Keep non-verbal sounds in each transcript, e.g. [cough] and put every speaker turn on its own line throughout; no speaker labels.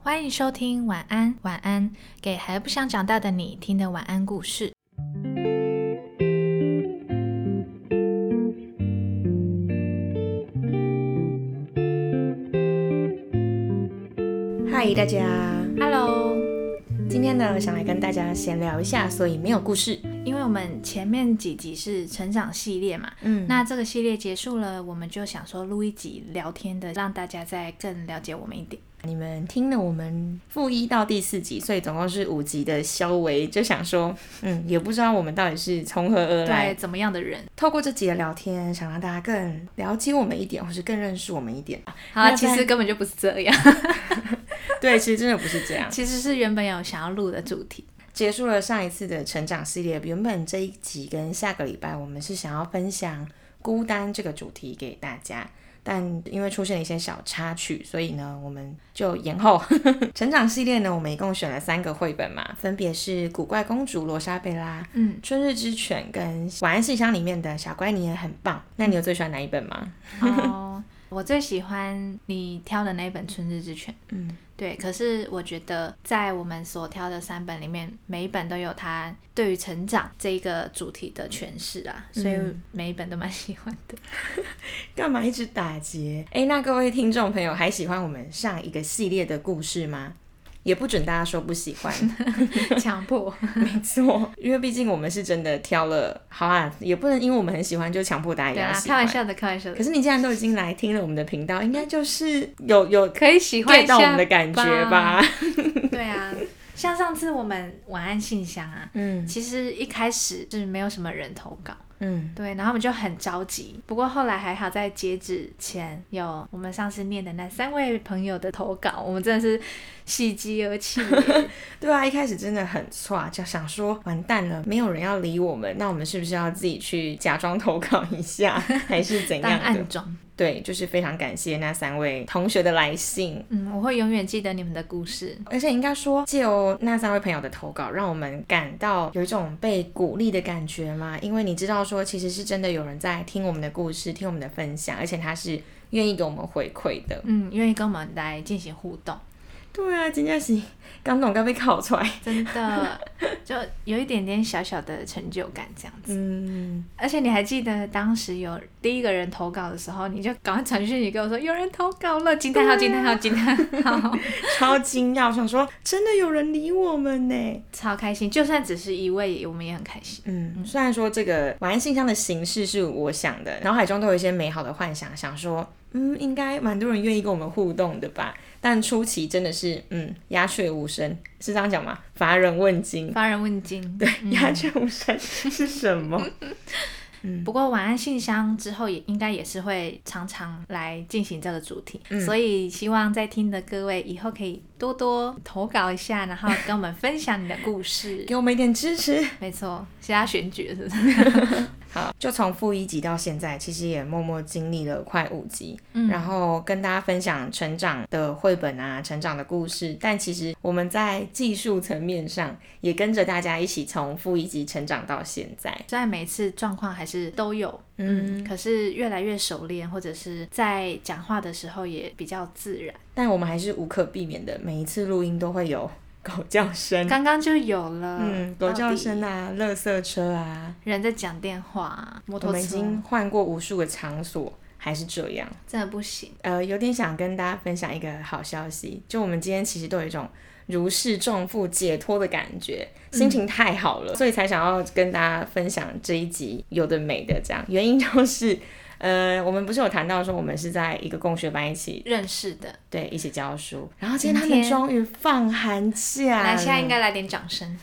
欢迎收听《晚安晚安》，给还不想长大的你听的晚安故事。
嗨，大家，
Hello，
今天呢，想来跟大家闲聊一下，所以没有故事。
因为我们前面几集是成长系列嘛，
嗯
那这个系列结束了，我们就想说录一集聊天的，让大家再更了解我们一点。
你们听了我们负一到第四集，所以总共是五集的消维，就想说，嗯，也不知道我们到底是从何而
对，
来。
怎么样的人？
透过这集的聊天，想让大家更了解我们一点，或是更认识我们一点。
好啊，
那
其
不
实
然
根本就不是这样，
对，其实真的不是这样。
其实是原本有想要录的主题。
结束了上一次的成长系列，原本这一集跟下个礼拜我们是想要分享孤单这个主题给大家，但因为出现了一些小插曲，所以呢，我们就延后。 [laughs] 成长系列呢，我们一共选了三个绘本嘛，分别是《古怪公主罗莎贝拉》。
嗯，
《春日之犬》跟《晚安信箱》里面的小乖，你也很棒。那你有最喜欢哪一本吗？
哦， [laughs] 我最喜欢你挑的那一本《春日之犬》。
嗯，
对，可是我觉得在我们所挑的三本里面，每一本都有它对于成长这一个主题的诠释啊，所以
嗯
每一本都蛮喜欢的。
干嘛一直打结？哎，那各位听众朋友，还喜欢我们上一个系列的故事吗？也不准大家说不喜欢。 [laughs]
强迫，
没错，因为毕竟我们是真的挑了，好啊，也不能因为我们很喜欢就强迫大家
对
也要
啊，
喜
开
欢。
玩笑的，开玩笑
可
的，
是你既然都已经来听了我们的频道，应该就是有有
可以喜欢
get
一
到我们
下
的感觉吧？
对啊，像上次我们晚安信箱啊，
[laughs] 嗯
其实一开始是没有什么人投稿，
嗯，
对，然后我们就很着急。不过后来还好，在截止前有我们上次念的那三位朋友的投稿，我们真的是喜极而
[laughs]
泣耶。
对啊，一开始真的很错，就想说完蛋了，没有人要理我们，那我们是不是要自己去假装投稿
[laughs]
一下，还是怎
当
样的
暗？装，
对，就是非常感谢那三位同学的来信。
嗯，我会永远记得你们的故事。
而且应该说，借由那三位朋友的投稿，让我们感到有一种被鼓励的感觉嘛。因为你知道说，其实是真的有人在听我们的故事，听我们的分享，而且他是愿意给我们回馈的。
嗯，愿意跟我们来进行互动，
对啊，真的是刚懂刚被考出来。
真的就有一点点小小的成就感这样子。
嗯，
而且你还记得当时有第一个人投稿的时候，你就赶快传讯息给我说有人投稿了，惊叹号惊叹号惊叹号，
[laughs] 超惊讶，我想说真的有人理我们呢。
超开心。就算只是一位，我们也很开
[laughs]
心。
嗯，虽然说这个晚安信箱的形式是我想的，脑海中都有一些美好的幻想，想说，嗯，应该蛮多人愿意跟我们互动的吧。但初期真的是，嗯，鸦雀无声，是这样讲吗？乏人问津。
发人问津。
对，鸦雀无声是什么？
不过晚安信箱之后也应该也是会常常来进行这个主题，
嗯
所以希望在听的各位以后可以多多投稿一下，然后跟我们分享你的故事。
[laughs] [laughs] 给我们一点支持。
没错，是他选举是不是？
好，就从负一集到现在，其实也默默经历了快五集，
嗯
然后跟大家分享成长的绘本啊，成长的故事。但其实我们在技术层面上，也跟着大家一起从负一集成长到现在。
虽然每次状况还是都有，
嗯，
可是越来越熟练，或者是在讲话的时候也比较自然。
但我们还是无可避免的，每一次录音都会有狗叫声，
刚刚就有了，
嗯，
到
狗
呃底
叫声啊，垃圾车啊，
人在讲电话，摩
我
托
们已
车啊
经换过无数个场所，还是这样。
真的不行。
呃，有点想跟大家分享一个好消息，就我们今天其实都有一种如释重负、解脱的感觉，
嗯
心情太好了，所以才想要跟大家分享这一集有的没的这样。原因就是，呃，我们不是有谈到说我们是在一个共学班一起
认识的，
对一起教书，然后今天他
今
们
天
终于放寒假了，
来，现在应该来点掌声。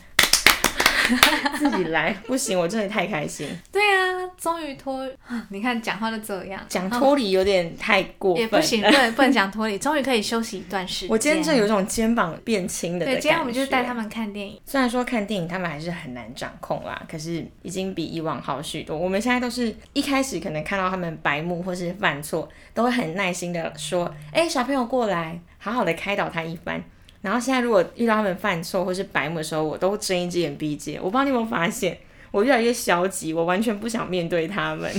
自己来， [laughs] 不行，我真的太开心，
对啊，终于脱， [sighs] 你看讲话就这样，
讲脱离有点太过
哦
分，
也不行，不能不能讲脱离，终于可以休息一段时间。
我今天这有一种肩膀变轻了的
对，今天我们就是
感
带
觉
他们看电影，
虽然说看电影他们还是很难掌控啦，可是已经比以往好许多。我们现在都是一开始可能看到他们白目或是犯错，都会很耐心的说：“哎、小朋友过来，好好的开导他一番。”然后现在如果遇到他们犯错或是白目的时候，我都睁一只眼闭一只眼。我不知道你有没有发现，我越来越消极，我完全不想面对他们，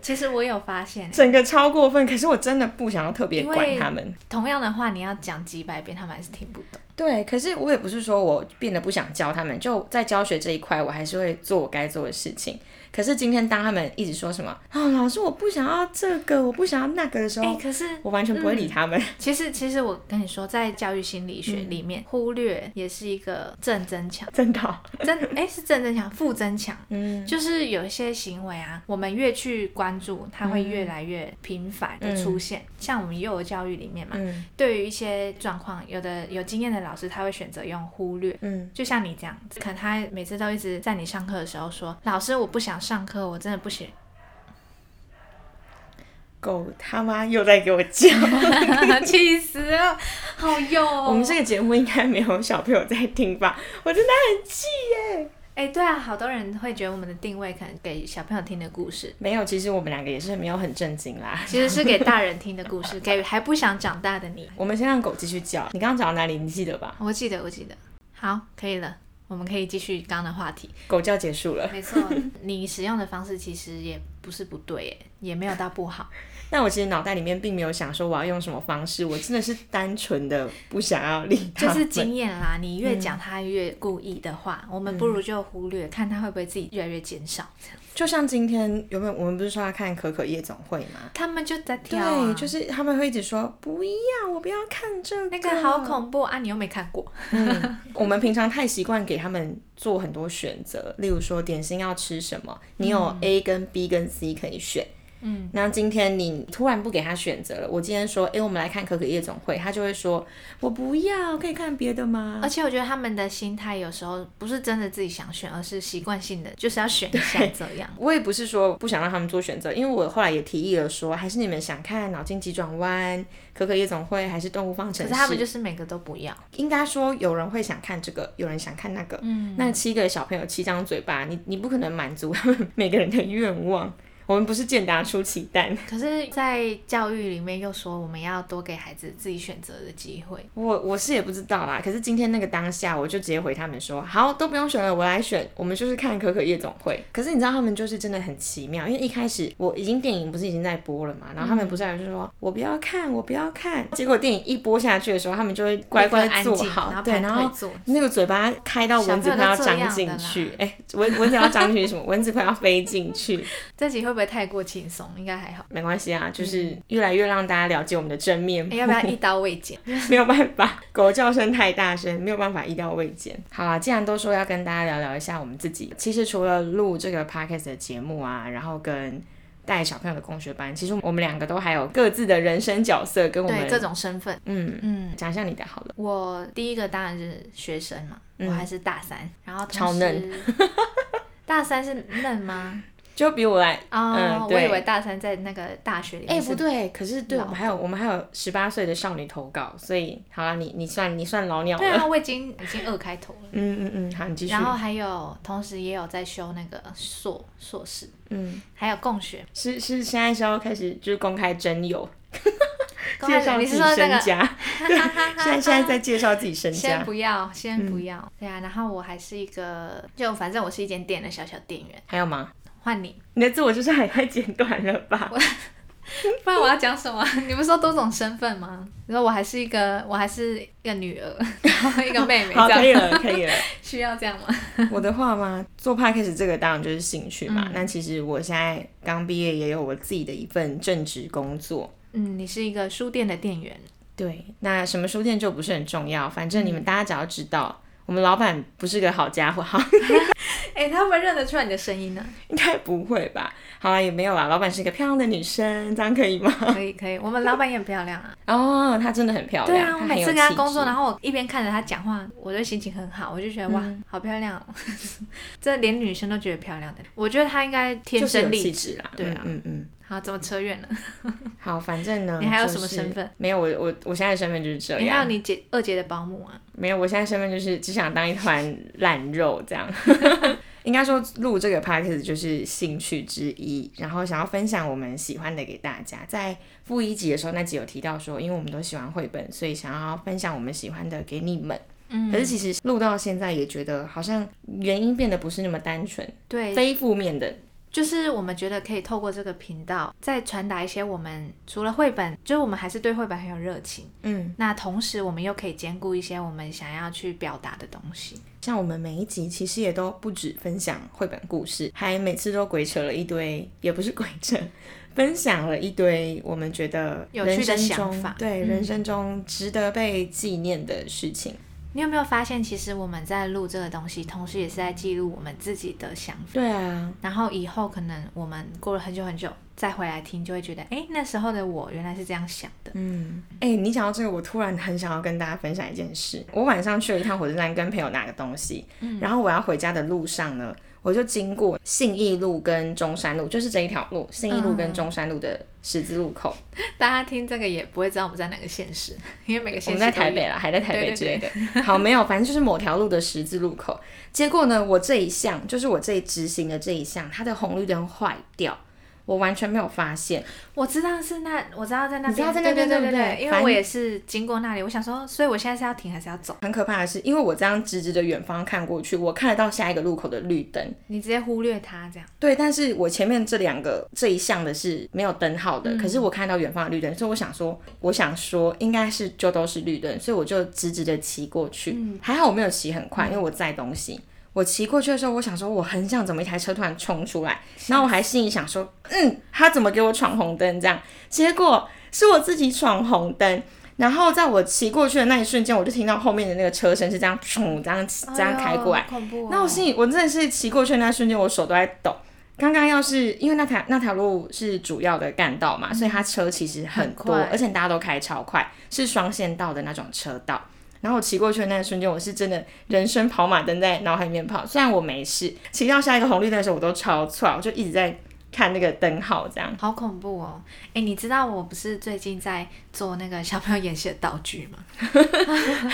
其实我有发现，
整个超过分。可是我真的不想要特别管他们。
同样的话你要讲几百遍，他们还是听不懂。
对，可是我也不是说我变得不想教他们，就在教学这一块，我还是会做我该做的事情。可是今天当他们一直说什么啊、老师我不想要这个，我不想要那个的时
哎、嗯
候，
可是
我完全不会理他们。
其实其实我跟你说，在教育心理学里
嗯
面，忽略也是一个正增强，
真的哦、
增哎、是正增强，负增强。
嗯，
就是有一些行为啊，我们越去关注，它
嗯
会越来越频繁的出现。像我们幼儿教育里面嘛，
嗯
对于一些状况，有的有经验的老师他会选择用忽略。
嗯
就像你这样，可能他每次都一直在你上课的时候说：“老师，我不想上课，我真的不
[laughs]
行。
狗他妈又在给我叫。”
[laughs] 气死了，好用、哦。
我们这个节目应该没有小朋友在听吧？我真的很气耶。
哎、对啊，好多人会觉得我们的定位可能给小朋友听的故事，
没有，其实我们两个也是没有很震惊啦。
其实是给大人听的故事，给还不想长大的你。
我们先让狗继续叫。你刚刚讲到哪里？你记得吧？
我记得，我记得。好，可以了，我们可以继续刚刚的话题。
狗叫结束了。
没错， [laughs] 你使用的方式其实也不是不对，哎，也没有到不好。
但我其实脑袋里面并没有想说我要用什么方式，我真的是单纯的不想要理
就
他嗯们。
是经验啦，你越讲他越故意的话，我们
嗯
不如就忽略，看他会不会自己越来越减少。
就像今天原本我们不是说要看可可夜总会吗？
他们就在挑、啊，
啊对，就是他们会一直说不要，我不要看这个。
那个好恐怖啊！你又没看过，
嗯，我们平常太习惯给他们做很多选择，例如说点心要吃什么，你有 A 跟 B 跟 C 可以选。
嗯，
那今天你突然不给他选择了，我今天说，哎、我们来看可可夜总会，他就会说，我不要，可以看别的吗
而？且我觉得他们的心态有时候不是真的自己想选，而是习惯性的就是要选一下这样。
我也不是说不想让他们做选择，因为我后来也提议了说，还是你们想看《脑筋急转弯》、《可可夜总会》还是《动物方
可
程
是
式》？
他们就是每个都不要，
应该说有人会想看这个，有人想看那个。嗯，那七个小朋友七张嘴巴，你你不可能满足他们每个人的愿望。我们不是健达出奇蛋，
可是，在教育里面又说我们要多给孩子自己选择的机会。
我我是也不知道啦。可是今天那个当下，我就直接回他们说，好，都不用选了，我来选。我们就是看可可夜总会。可是你知道他们就是真的很奇妙，因为一开始我已经电影不是已经在播了嘛，
嗯
然后他们不是还是说、我不要看，我不要看。结果电影一播下去的时候，他们就会乖乖
立刻安静
坐好，
然后
对，
盘
然
腿
后
坐。
那个嘴巴开到蚊子快要张进去，哎、
[laughs]
蚊蚊子要张进去什么？蚊子快要飞进去，
这集会不会太过轻松？应该还
[laughs]
好。
没关系啊，
嗯
就是越来越让大家了解我们的真面目。
哎要不要一刀未剪？
没有办法，狗叫声太大声，没有办法一刀未剪。好啊，既然都说要跟大家聊聊一下我们自己，其实除了录这个 podcast 的节目啊，然后跟带小朋友的共学班，其实我们两个都还有各自的人生角色 [laughs] 跟我们
对，这种身份，
嗯，
嗯，
讲一下你的好了。
我第一个当然是学生嘛，
嗯
我还是大三，然后同时
超嫩。
[laughs] 大三是嫩吗？
就比我来，
哦、
嗯
我
对
以为大三在那个大学里
哎、
面是。
不对，可是对我们还有我们还有十八岁的少女投稿，所以好了，你你算你算老鸟
对
了。
啊，我已经已经二开头了。
[laughs] 嗯嗯嗯，好，你继续
然。后还有，同时也有在修那个硕硕士，
嗯，
还有共学。
是是，现在是要开始就是公开真友，
公
介
开
绍
你是
自己
说那
身
个？
家。对，现在
[laughs]
现在嗯在介绍自己身
先
家。
不要，先不要。对啊，然后我还是一个，就反正我是一间店的小小店员。
还有吗？
换你，
你的自我就是还太简短了吧？
不然我要讲什 [laughs] 么？你不是说多种身份吗？然后我还是一个，我还是一个女儿， [laughs] 然后一个妹妹，
好，可
这
以
样
[laughs] 了，可以了。
需要这样吗？
我的话嘛，做 p a c a s t 这个当然就是兴趣嘛。那、其实我现在刚毕业，也有我自己的一份正职工作。
嗯，你是一个书店的店员，
对，嗯那什么书店就不是很重要，反正你们大家只要知道，我们老板不是个好家伙， [laughs] 好，
哎、他会不会认得出来你的声音呢？
应该不会吧？好啦，也没有啦，老板是个漂亮的女生，这样可以吗？
可以可以，我们老板也很漂亮啊。
哦，她真的很漂亮，
对啊，我
她
每
很有
次跟他
气
工作，
质
然后我一边看着他讲话，我就心情很好，我就觉得哇，好漂亮、哦， [laughs] 这连女生都觉得漂亮的。我觉得他应该天
就是有
生丽
气
质。
质啦，
对啊
嗯嗯
好，怎么扯远了？
嗯，好，反正呢，
你还有
就
什么
是
身份？
没有，我我我现在的身份就是这
你还有
样，
你姐二姐的保姆啊？
没有，我现在身份就是只想当一
[laughs]
团烂肉这样。 [laughs] 应该说录这个 podcast 就是兴趣之一，然后想要分享我们喜欢的给大家。在负一集的时候，那集有提到说，因为我们都喜欢绘本，所以想要分享我们喜欢的给你们。
嗯
可是其实录到现在也觉得好像原因变得不是那么单纯，
对，
非负面的。
就是我们觉得可以透过这个频道，再传达一些我们除了绘本，就是我们还是对绘本很有热情。
嗯，
那同时，我们又可以兼顾一些我们想要去表达的东西。
像我们每一集其实也都不止分享绘本故事，还每次都鬼扯了一堆，也不是鬼扯，分享了一堆我们觉得
有趣的
人生
想
中
法
对、
嗯
人生中值得被纪念的事情。
你有没有发现，其实我们在录这个东西，同时也是在记录我们自己的想法。
对啊，
然后以后可能我们过了很久很久再回来听，就会觉得，哎，那时候的我原来是这样想的。
嗯，哎、你讲到这个，我突然很想要跟大家分享一件事。我晚上去了一趟火车站，跟朋友拿个东西，
嗯
然后我要回家的路上呢，我就经过信义路跟中山路，就是这一条路，信义路
嗯
跟中山路的十字路口。
大家听这个也不会知道我们在哪个县市，因为每个
我
县
们
市
在
都有
台北啦，还在台北
对对
之类的。 [laughs] 好，没有，反正就是某条路的十字路口。结果呢，我这一项就是我这一直行的这一项，它的红绿灯坏掉，我完全没有发现。
我知道是那，我知道在那边，
你知道在那边
对
对不
对
对
因为
反
我也是经过那里，我想说，所以我现在是要停还是要走？
很可怕的是，因为我这样直直的远方看过去，我看得到下一个路口的绿灯。
你直接忽略它这样。
对，但是我前面这两个这一项的是没有灯号的，可是我看到远方的绿灯，所以我想说，我想说应该是就都是绿灯，所以我就直直的骑过去。还好我没有骑很快，因为我载东西。我骑过去的时候，我想说，我很想怎么一台车突然冲出来，然后我还心里想说，嗯，他怎么给我闯红灯这样？结果是我自己闯红灯。然后在我骑过去的那一瞬间，我就听到后面的那个车身是这样，砰，这样这样开过来
哎，呦好恐怖、哦！
那我心里，我真的是骑过去的那瞬间，我手都在抖。刚刚要是因为那条那条路是主要的干道嘛，所以它车其实很多，
嗯很快
而且大家都开超快，是双线道的那种车道。然后我骑过去的那瞬间，我是真的人生跑马灯在脑海里面跑。虽然我没事，骑到下一个红绿灯的时候，我都超错，我就一直在看那个灯号这样。
好恐怖哦！哎，你知道我不是最近在做那个小朋友演习的道具
[laughs]
吗？ [laughs]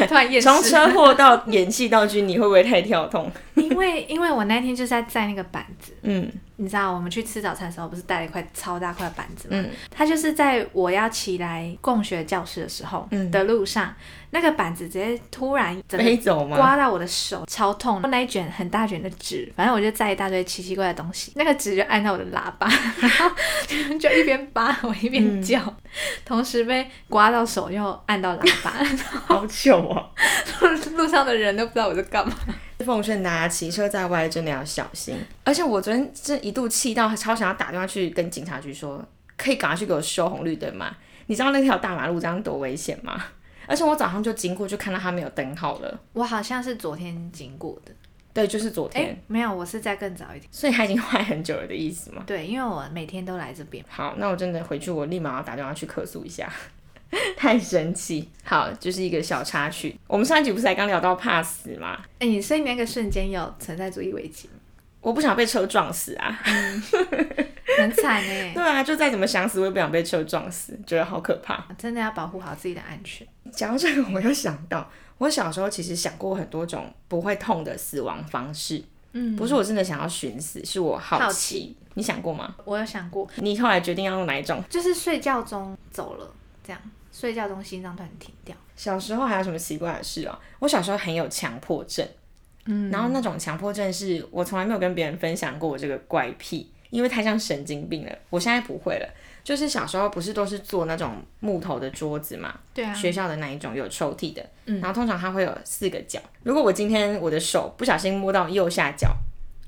突然厌世
从，车祸到演戏道具，你会不会太跳痛？
因为因为我那天就是在载那个板子，
嗯
你知道我们去吃早餐的时候不是带了一块超大块板子吗？
嗯
它就是在我要骑来共学教室的时候
嗯
的路上，那个板子直接突然整个
飞走吗？
刮到我的手，超痛。那一卷很大卷的纸，反正我就载一大堆奇奇怪怪的东西，那个纸就按到我的喇叭， [laughs] 然后就一边扒我一边叫，同时被刮到手又按到喇叭， [laughs]
好糗哦！
路上的人都不知道我在干嘛。
奉劝大家骑车在外真的要小心。而且我昨天真一度气到超想要打电话去跟警察局说，可以赶快去给我修红绿灯吗？你知道那条大马路这样多危险吗？而且我早上就经过，就看到它没有灯号了。
我好像是昨天经过的，
对，就是昨
哎、
天，
没有，我是在更早一点。
所以它已经坏很久了的意思吗？
对，因为我每天都来这边。
好，那我真的回去，我立马要打电话去客诉一下， [laughs] 太生气。好，就是一个小插曲。我们上一集不是才刚聊到怕死吗？
哎、你所以你那个瞬间有存在主义危机吗，
我不想被车撞死啊！
很惨哎、
对啊，就再怎么想死，我也不想被车撞死，觉得好可怕。
[laughs] 真的要保护好自己的安全。
讲到这个，我又想到，我小时候其实想过很多种不会痛的死亡方式。
嗯，
不是我真的想要寻死，是我好奇。
好奇
你想过吗？
我有想过，
你后来决定要用哪一种？
就是睡觉中走了，这样睡觉中心脏突然停掉。
小时候还有什么奇怪的事哦？我小时候很有强迫症，嗯，然后那种强迫症是我从来没有跟别人分享过我这个怪癖，因为太像神经病了。我现在不会了，就是小时候不是都是坐那种木头的桌子嘛，
对啊，
学校的那一种有抽屉的，
嗯
然后通常它会有四个角。如果我今天我的手不小心摸到右下角，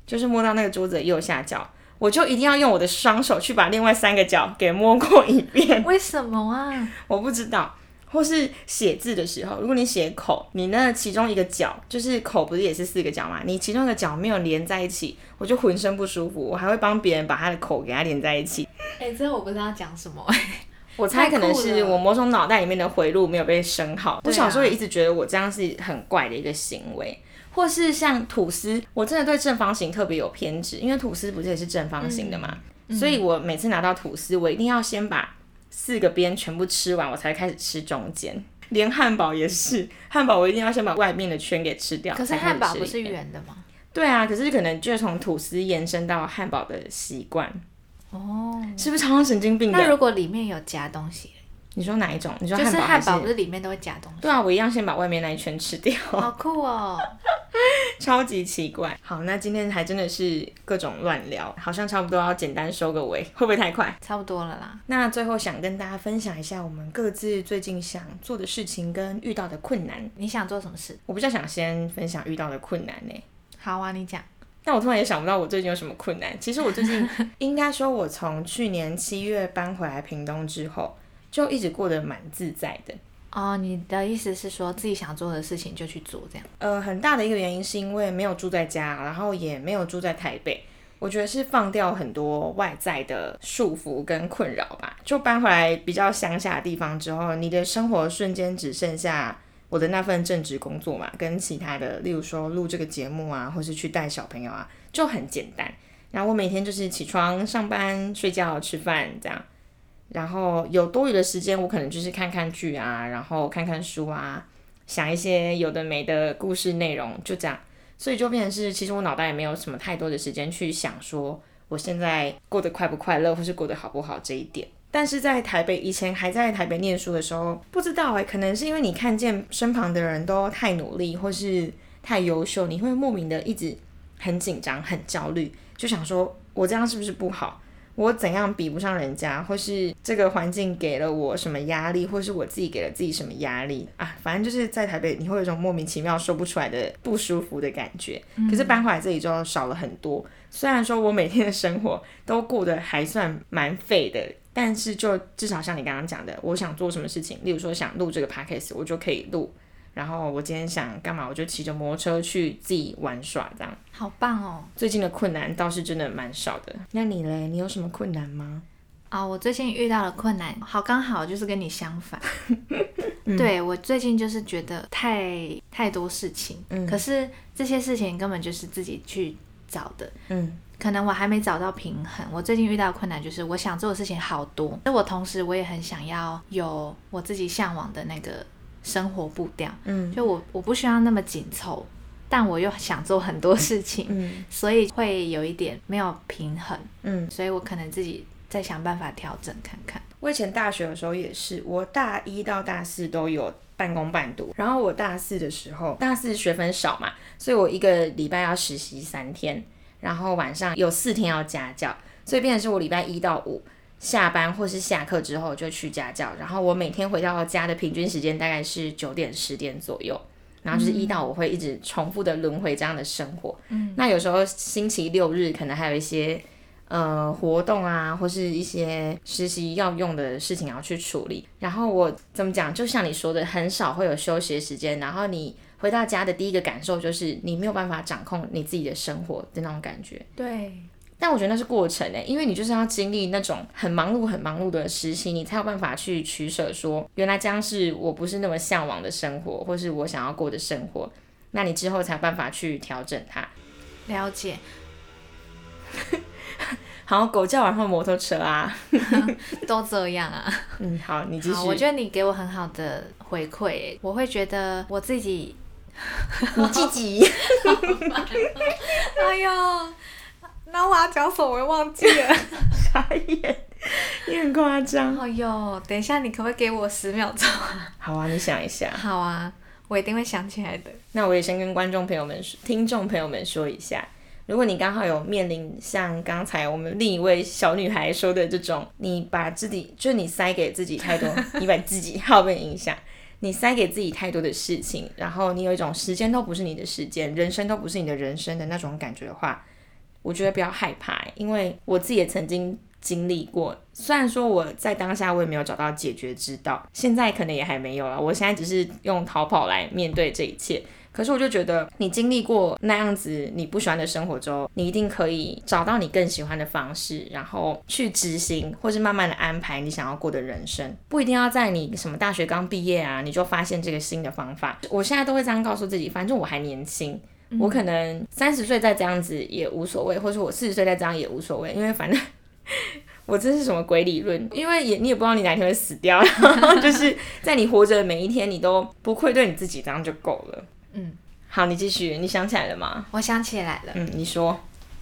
就是摸到那个桌子的右下角，我就一定要用我的双手去把另外三个角给摸过一
[laughs]
遍。[laughs]
为什么啊？
我不知道。或是写字的时候，如果你写口，你那其中一个角就是口，不是也是四个角嘛？你其中一个角没有连在一起，我就浑身不舒服。我还会帮别人把他的口给他连在一起。
哎、这我不知道讲什么。
[laughs] 我猜可能
太
是
酷了
我某种脑袋里面的回路没有被生好。我
对啊
小时候也一直觉得我这样是很怪的一个行为，或是像吐司，我真的对正方形特别有偏执，因为吐司不是也是正方形的嘛，
嗯
所以我每次拿到吐司，我一定要先把四个边全部吃完，我才开始吃中间。连汉堡也是，汉堡我一定要先把外面的圈给吃掉。
可是
才开始
汉堡
吃
不
里
是
面
圆的吗？
对啊，可是可能就从吐司延伸到汉堡的习惯，
哦，
是不是超像神经病的？
那如果里面有夹东西，
你说哪一种？你说
就是
堡还
汉堡不
是？
是里面都会夹东西，
对啊，我一样先把外面那一圈吃掉， [laughs]
好酷哦！
超级奇怪。好，那今天还真的是各种乱聊，好像差不多要简单收个尾，会不会太快？
差不多了啦，
那最后想跟大家分享一下我们各自最近想做的事情跟遇到的困难。
你想做什么事？
我比较想先分享遇到的困难呢、欸
好啊，你讲。
但我突然也想不到我最近有什么困难。其实我最近应该说，我从去年七月搬回来屏东之后，就一直过得蛮自在的。
哦，你的意思是说自己想做的事情就去做，这样
呃，很大的一个原因是因为没有住在家，然后也没有住在台北。我觉得是放掉很多外在的束缚跟困扰吧。就搬回来比较乡下的地方之后，你的生活瞬间只剩下我的那份正职工作嘛，跟其他的，例如说录这个节目啊，或是去带小朋友啊，就很简单。然后我每天就是起床、上班、睡觉、吃饭这样。然后有多余的时间，我可能就是看看剧啊，然后看看书啊，想一些有的没的故事内容，就这样。所以就变成是，其实我脑袋也没有什么太多的时间去想说我现在过得快不快乐，或是过得好不好这一点。但是在台北以前还在台北念书的时候，不知道诶、哎可能是因为你看见身旁的人都太努力或是太优秀，你会莫名的一直很紧张、很焦虑，就想说我这样是不是不好？我怎样比不上人家，或是这个环境给了我什么压力，或是我自己给了自己什么压力啊？反正就是在台北，你会有一种莫名其妙说不出来的不舒服的感觉。可是搬回来这里之后少了很多。虽然说我每天的生活都过得还算蛮废的，但是就至少像你刚刚讲的，我想做什么事情，例如说想录这个 podcast，我就可以录。然后我今天想干嘛，我就骑着摩托车去自己玩耍这样。
好棒哦！
最近的困难倒是真的蛮少的。那你嘞，你有什么困难吗？
啊、我最近遇到了困难，好刚好就是跟你相
[laughs]
反。
嗯
对我最近就是觉得太太多事情，
嗯
可是这些事情根本就是自己去找的，
嗯
可能我还没找到平衡。我最近遇到的困难就是我想做的事情好多，但我同时我也很想要有我自己向往的那个生活步调，
嗯
就我我不需要那么紧凑，但我又想做很多事情。
嗯
所以会有一点没有平衡，
嗯。
所以我可能自己再想办法调整看看。
我以前大学的时候也是，我大一到大四都有半工半读。然后我大四的时候，大四学分少嘛，所以我一个礼拜要实习三天，然后晚上有四天要家教，所以变成是我礼拜一到五。下班或是下课之后就去家教，然后我每天回到家的平均时间大概是九点十点左右，然后就是一到五会一直重复的轮回这样的生活。嗯，那有时候星期六日可能还有一些呃活动啊，或是一些实习要用的事情要去处理。然后我怎么讲，就像你说的，很少会有休息的时间。然后你回到家的第一个感受就是你没有办法掌控你自己的生活的那种感觉。
对，
但我觉得那是过程诶，因为你就是要经历那种很忙碌、很忙碌的实习，你才有办法去取舍说原来这样是我不是那么向往的生活，或是我想要过的生活。那你之后才有办法去调整它。
了解。 [laughs]
好，狗叫完换摩托车啊。
都这样啊。
嗯，好，你继续。
好，我觉得你给我很好的回馈耶，我会觉得我自己，
你自己。
哎呦，那我要讲什么我也忘记了。
傻眼， [laughs] 你很夸张。
哎呦，等一下，你可不可以给我十秒钟？
好啊，你想一下。
好啊，我一定会想起来的。
那我也先跟观众朋友们说、听众朋友们说一下，如果你刚好有面临像刚才我们另一位小女孩说的这种，你把自己就你塞给自己太多，你把自己好被影响。你塞给自己太多的事情，然后你有一种时间都不是你的时间，人生都不是你的人生的那种感觉的话，我觉得不要害怕，欸因为我自己也曾经经历过。虽然说我在当下我也没有找到解决之道，现在可能也还没有了。我现在只是用逃跑来面对这一切。可是我就觉得，你经历过那样子你不喜欢的生活之后，你一定可以找到你更喜欢的方式，然后去执行，或是慢慢的安排你想要过的人生。不一定要在你什么大学刚毕业啊，你就发现这个新的方法。我现在都会这样告诉自己，反正我还年轻，我可能三十岁再这样子也无所谓，或是我四十岁再这样也无所谓，因为反正我这是什么鬼理论？因为也你也不知道你哪天会死掉，然后就是在你活着的每一天，你都不愧对你自己，这样就够了。
嗯，
好，你继续，你想起来了吗？
我想起来了，
嗯，你说，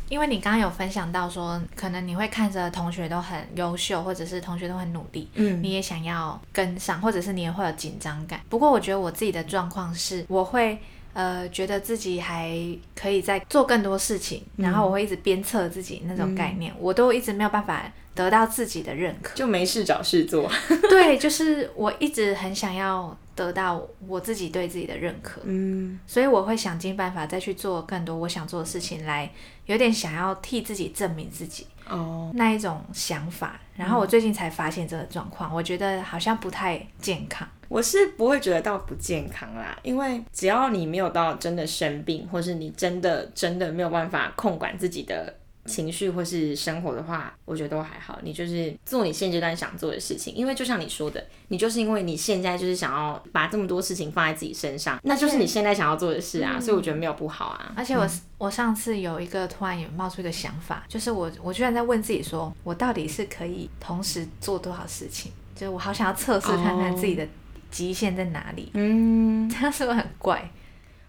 因为你刚刚有分享到说，可能你会看着同学都很优秀，或者是同学都很努力，
嗯
你也想要跟上，或者是你也会有紧张感。不过我觉得我自己的状况是，我会呃觉得自己还可以再做更多事情，然后我会一直鞭策自己那种概念，我都一直没有办法得到自己的认可。
就没事找事做。 [laughs]
对，就是我一直很想要得到我自己对自己的认可，
嗯
所以我会想尽办法再去做更多我想做的事情来，有点想要替自己证明自己。
哦，
那一种想法，然
嗯
后我最近才发现这个状况，我觉得好像不太健康。
我是不会觉得到不健康啦，因为只要你没有到真的生病，或是你真的真的没有办法控管自己的情绪或是生活的话，我觉得都还好。你就是做你现阶段想做的事情，因为就像你说的，你就是因为你现在就是想要把这么多事情放在自己身上，那就是你现在想要做的事啊，所以我觉得没有不好啊。
而且我、我上次有一个突然也冒出一个想法，就是我我居然在问自己说，我到底是可以同时做多少事情？就是我好想要测试看看
哦
自己的极限在哪里。[laughs]
嗯，
这样是不是很怪？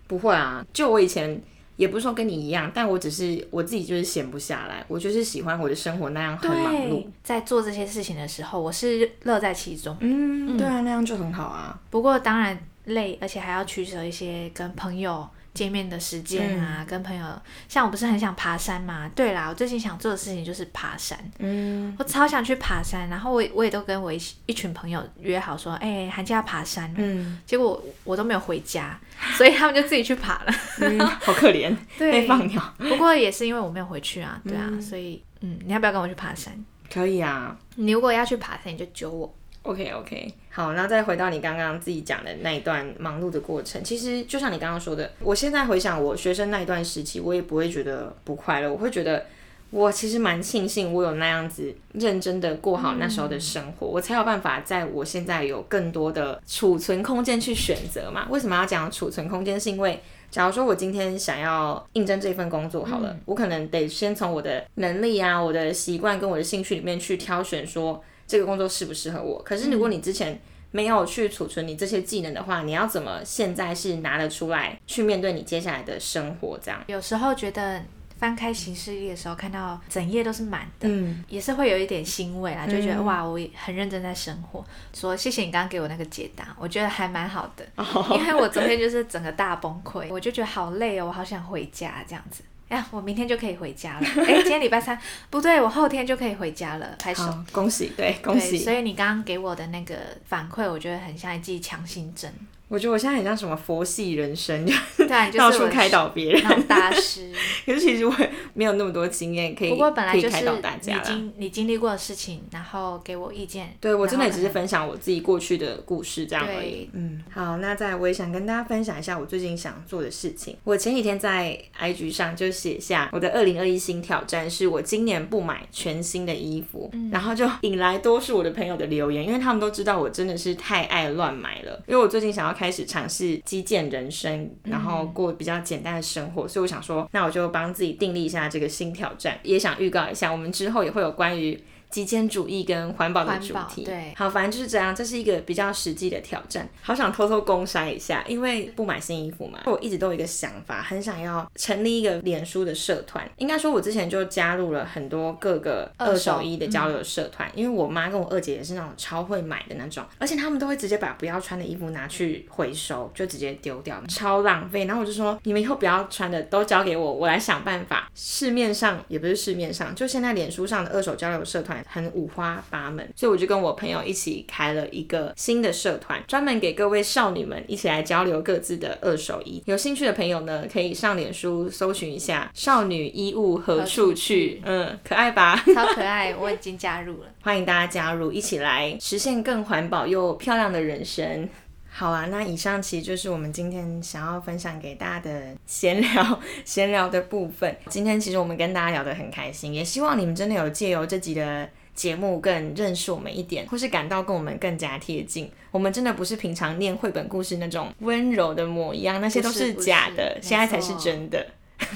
不会啊，就我以前也不是说跟你一样，但我只是我自己就是闲不下来，我就是喜欢我的生活那样很忙碌。
对，在做这些事情的时候，我是乐在其中。
嗯，对啊，那样就很好啊。
不过当然累，而且还要取舍一些跟朋友见面的时间啊，
嗯
跟朋友像我不是很想爬山嘛？对啦，我最近想做的事情就是爬山，
嗯
我超想去爬山，然后我也我也都跟我一起一群朋友约好说，哎、寒假爬山哦，
嗯，
结果我我都没有回家， [laughs] 所以他们就自己去爬
[laughs]
了。
[laughs] 好可 [laughs] 怜，
对
被，放鸟。
不过也是因为我没有回去啊，对啊，所以嗯，你要不要跟我去爬山？
可以啊
你如果要去爬山，你就揪我。
，OK OK。好，那再回到你刚刚自己讲的那一段忙碌的过程，其实就像你刚刚说的，我现在回想我学生那一段时期，我也不会觉得不快乐，我会觉得。我其实蛮庆幸，我有那样子认真的过好那时候的生活，我才有办法在我现在有更多的储存空间去选择嘛。为什么要讲储存空间？是因为假如说我今天想要应征这份工作好了，我可能得先从我的能力啊、我的习惯跟我的兴趣里面去挑选，说这个工作适不适合我。可是
嗯
如果你之前没有去储存你这些技能的话，你要怎么现在是拿得出来去面对你接下来的生活？这样，
有时候觉得翻开行事历的时候，看到整页都是满的，
嗯，
也是会有一点欣慰啦，就觉得、
嗯
哇，我也很认真在生活。说谢谢你刚刚给我那个解答，我觉得还蛮好的，
哦
因为我昨天就是整个大崩
[laughs]
溃，我就觉得好累哦，我好想回家这样子。哎呀，我明天就可以回家了。哎，今天礼拜三，不对，我后天就可以回家了。拍手。
好，恭喜，对，恭
对，
喜。
所以你刚刚给我的那个反馈，我觉得很像一剂强心
[laughs]
针。
我觉得我现在很像什么佛系人生，
对啊，你就
到
是我
处
的
开导别人。 [laughs]
那种大师。
可是其实我也没有那么多经验可以
不过本来
可以
就是
开导大家
你
啦。
经你经历过的事情，然后给我意见。
对我
然
真
后
的也只是
可能
分享我自己过去的故事这样而已
对。
嗯，好，那再来我也想跟大家分享一下我最近想做的事情。我前几天在 IG 上就写下我的二零二一新挑战，是我今年不买全新的衣服，
嗯
然后就引来多数我的朋友的留言，因为他们都知道我真的是太爱乱买了。因为我最近想要开始尝试极简人生，
嗯
然后过比较简单的生活，所以我想说，那我就帮自己订立一下这个新挑战，也想预告一下，我们之后也会有关于。极简主义跟环保的
环
主
保
题，
对
好，反正就是这样，这是一个比较实际的挑战。好想偷偷工商一下，因为不买新衣服嘛，我一直都有一个想法，很想要成立一个脸书的社团。应该说，我之前就加入了很多各个二
二
手
手
衣的交流社团，因为我妈跟我二姐也是那种超会买的那种，而且他们都会直接把不要穿的衣服拿去回收，就直接丢掉，超浪费。然后我就说，你们以后不要穿的都交给我，我来想办法。市面上也不是市面上，就现在脸书上的二手交流社团很五花八门，所以我就跟我朋友一起开了一个新的社团，专门给各位少女们一起来交流各自的二手衣。有兴趣的朋友呢，可以上脸书搜寻一下“少女衣物何处去”，嗯，可爱吧？
[laughs] 超可爱，我已经加入了。
欢迎大家加入，一起来实现更环保又漂亮的人生。好啊，那以上其实就是我们今天想要分享给大家的闲聊 [laughs] 闲聊的部分。今天其实我们跟大家聊得很开心，也希望你们真的有借由这集的节目更认识我们一点，或是感到跟我们更加贴近。我们真的不是平常念绘本故事那种温柔的模样，那些都
不是不是
假的，
没
现在才是
错
真的。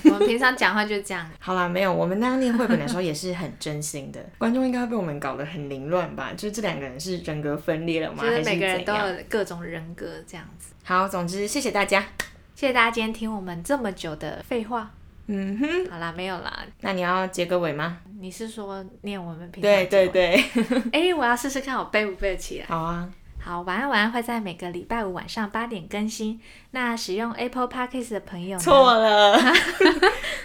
我们平常讲话就这
[laughs]
样，
好啦，没有，我们那样念绘本的时候也是很真心的。 [laughs] 观众应该被我们搞得很凌乱吧？就是这两个人是人格分裂了吗？
就是
还
每个人
怎
都
样？
有各种人格这样子。
好，总之谢谢大家。
谢谢大家今天听我们这么久的废话，
嗯哼，
好啦，没有啦，
那你要结个尾吗？
你是说念我们平常
对对对，
哎、我要试试看我背不背得起来。
好啊，
好，晚安晚安会在每个礼拜五晚上八点更新。那使用 Apple Podcast 的朋友呢
错
[laughs]
了。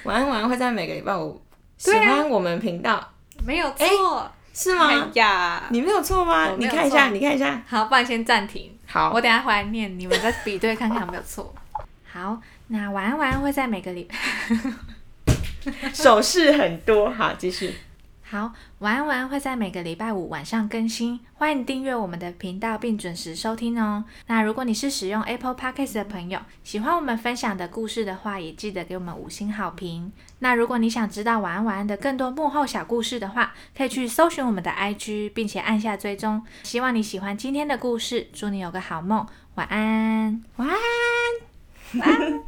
晚安晚安会在每个礼拜五喜
对啊
欢我们频道
没有错，
是
哎
吗？
呀，
你没有错吗？
我没
你
有
看一下，
错
你看一下。
好，不然先暂停。
好
我，等一下回来念，你们再比对看看有没有错。 [laughs] 好，那晚安晚安会在每个礼
手势很多。好，继续。
好，晚安晚安会在每个礼拜五晚上更新，欢迎订阅我们的频道并准时收听哦。那如果你是使用 Apple Podcast 的朋友，喜欢我们分享的故事的话，也记得给我们五星好评。那如果你想知道晚安晚安的更多幕后小故事的话，可以去搜寻我们的 IG，并且按下追踪。希望你喜欢今天的故事，祝你有个好梦，晚安，
晚安。
晚安。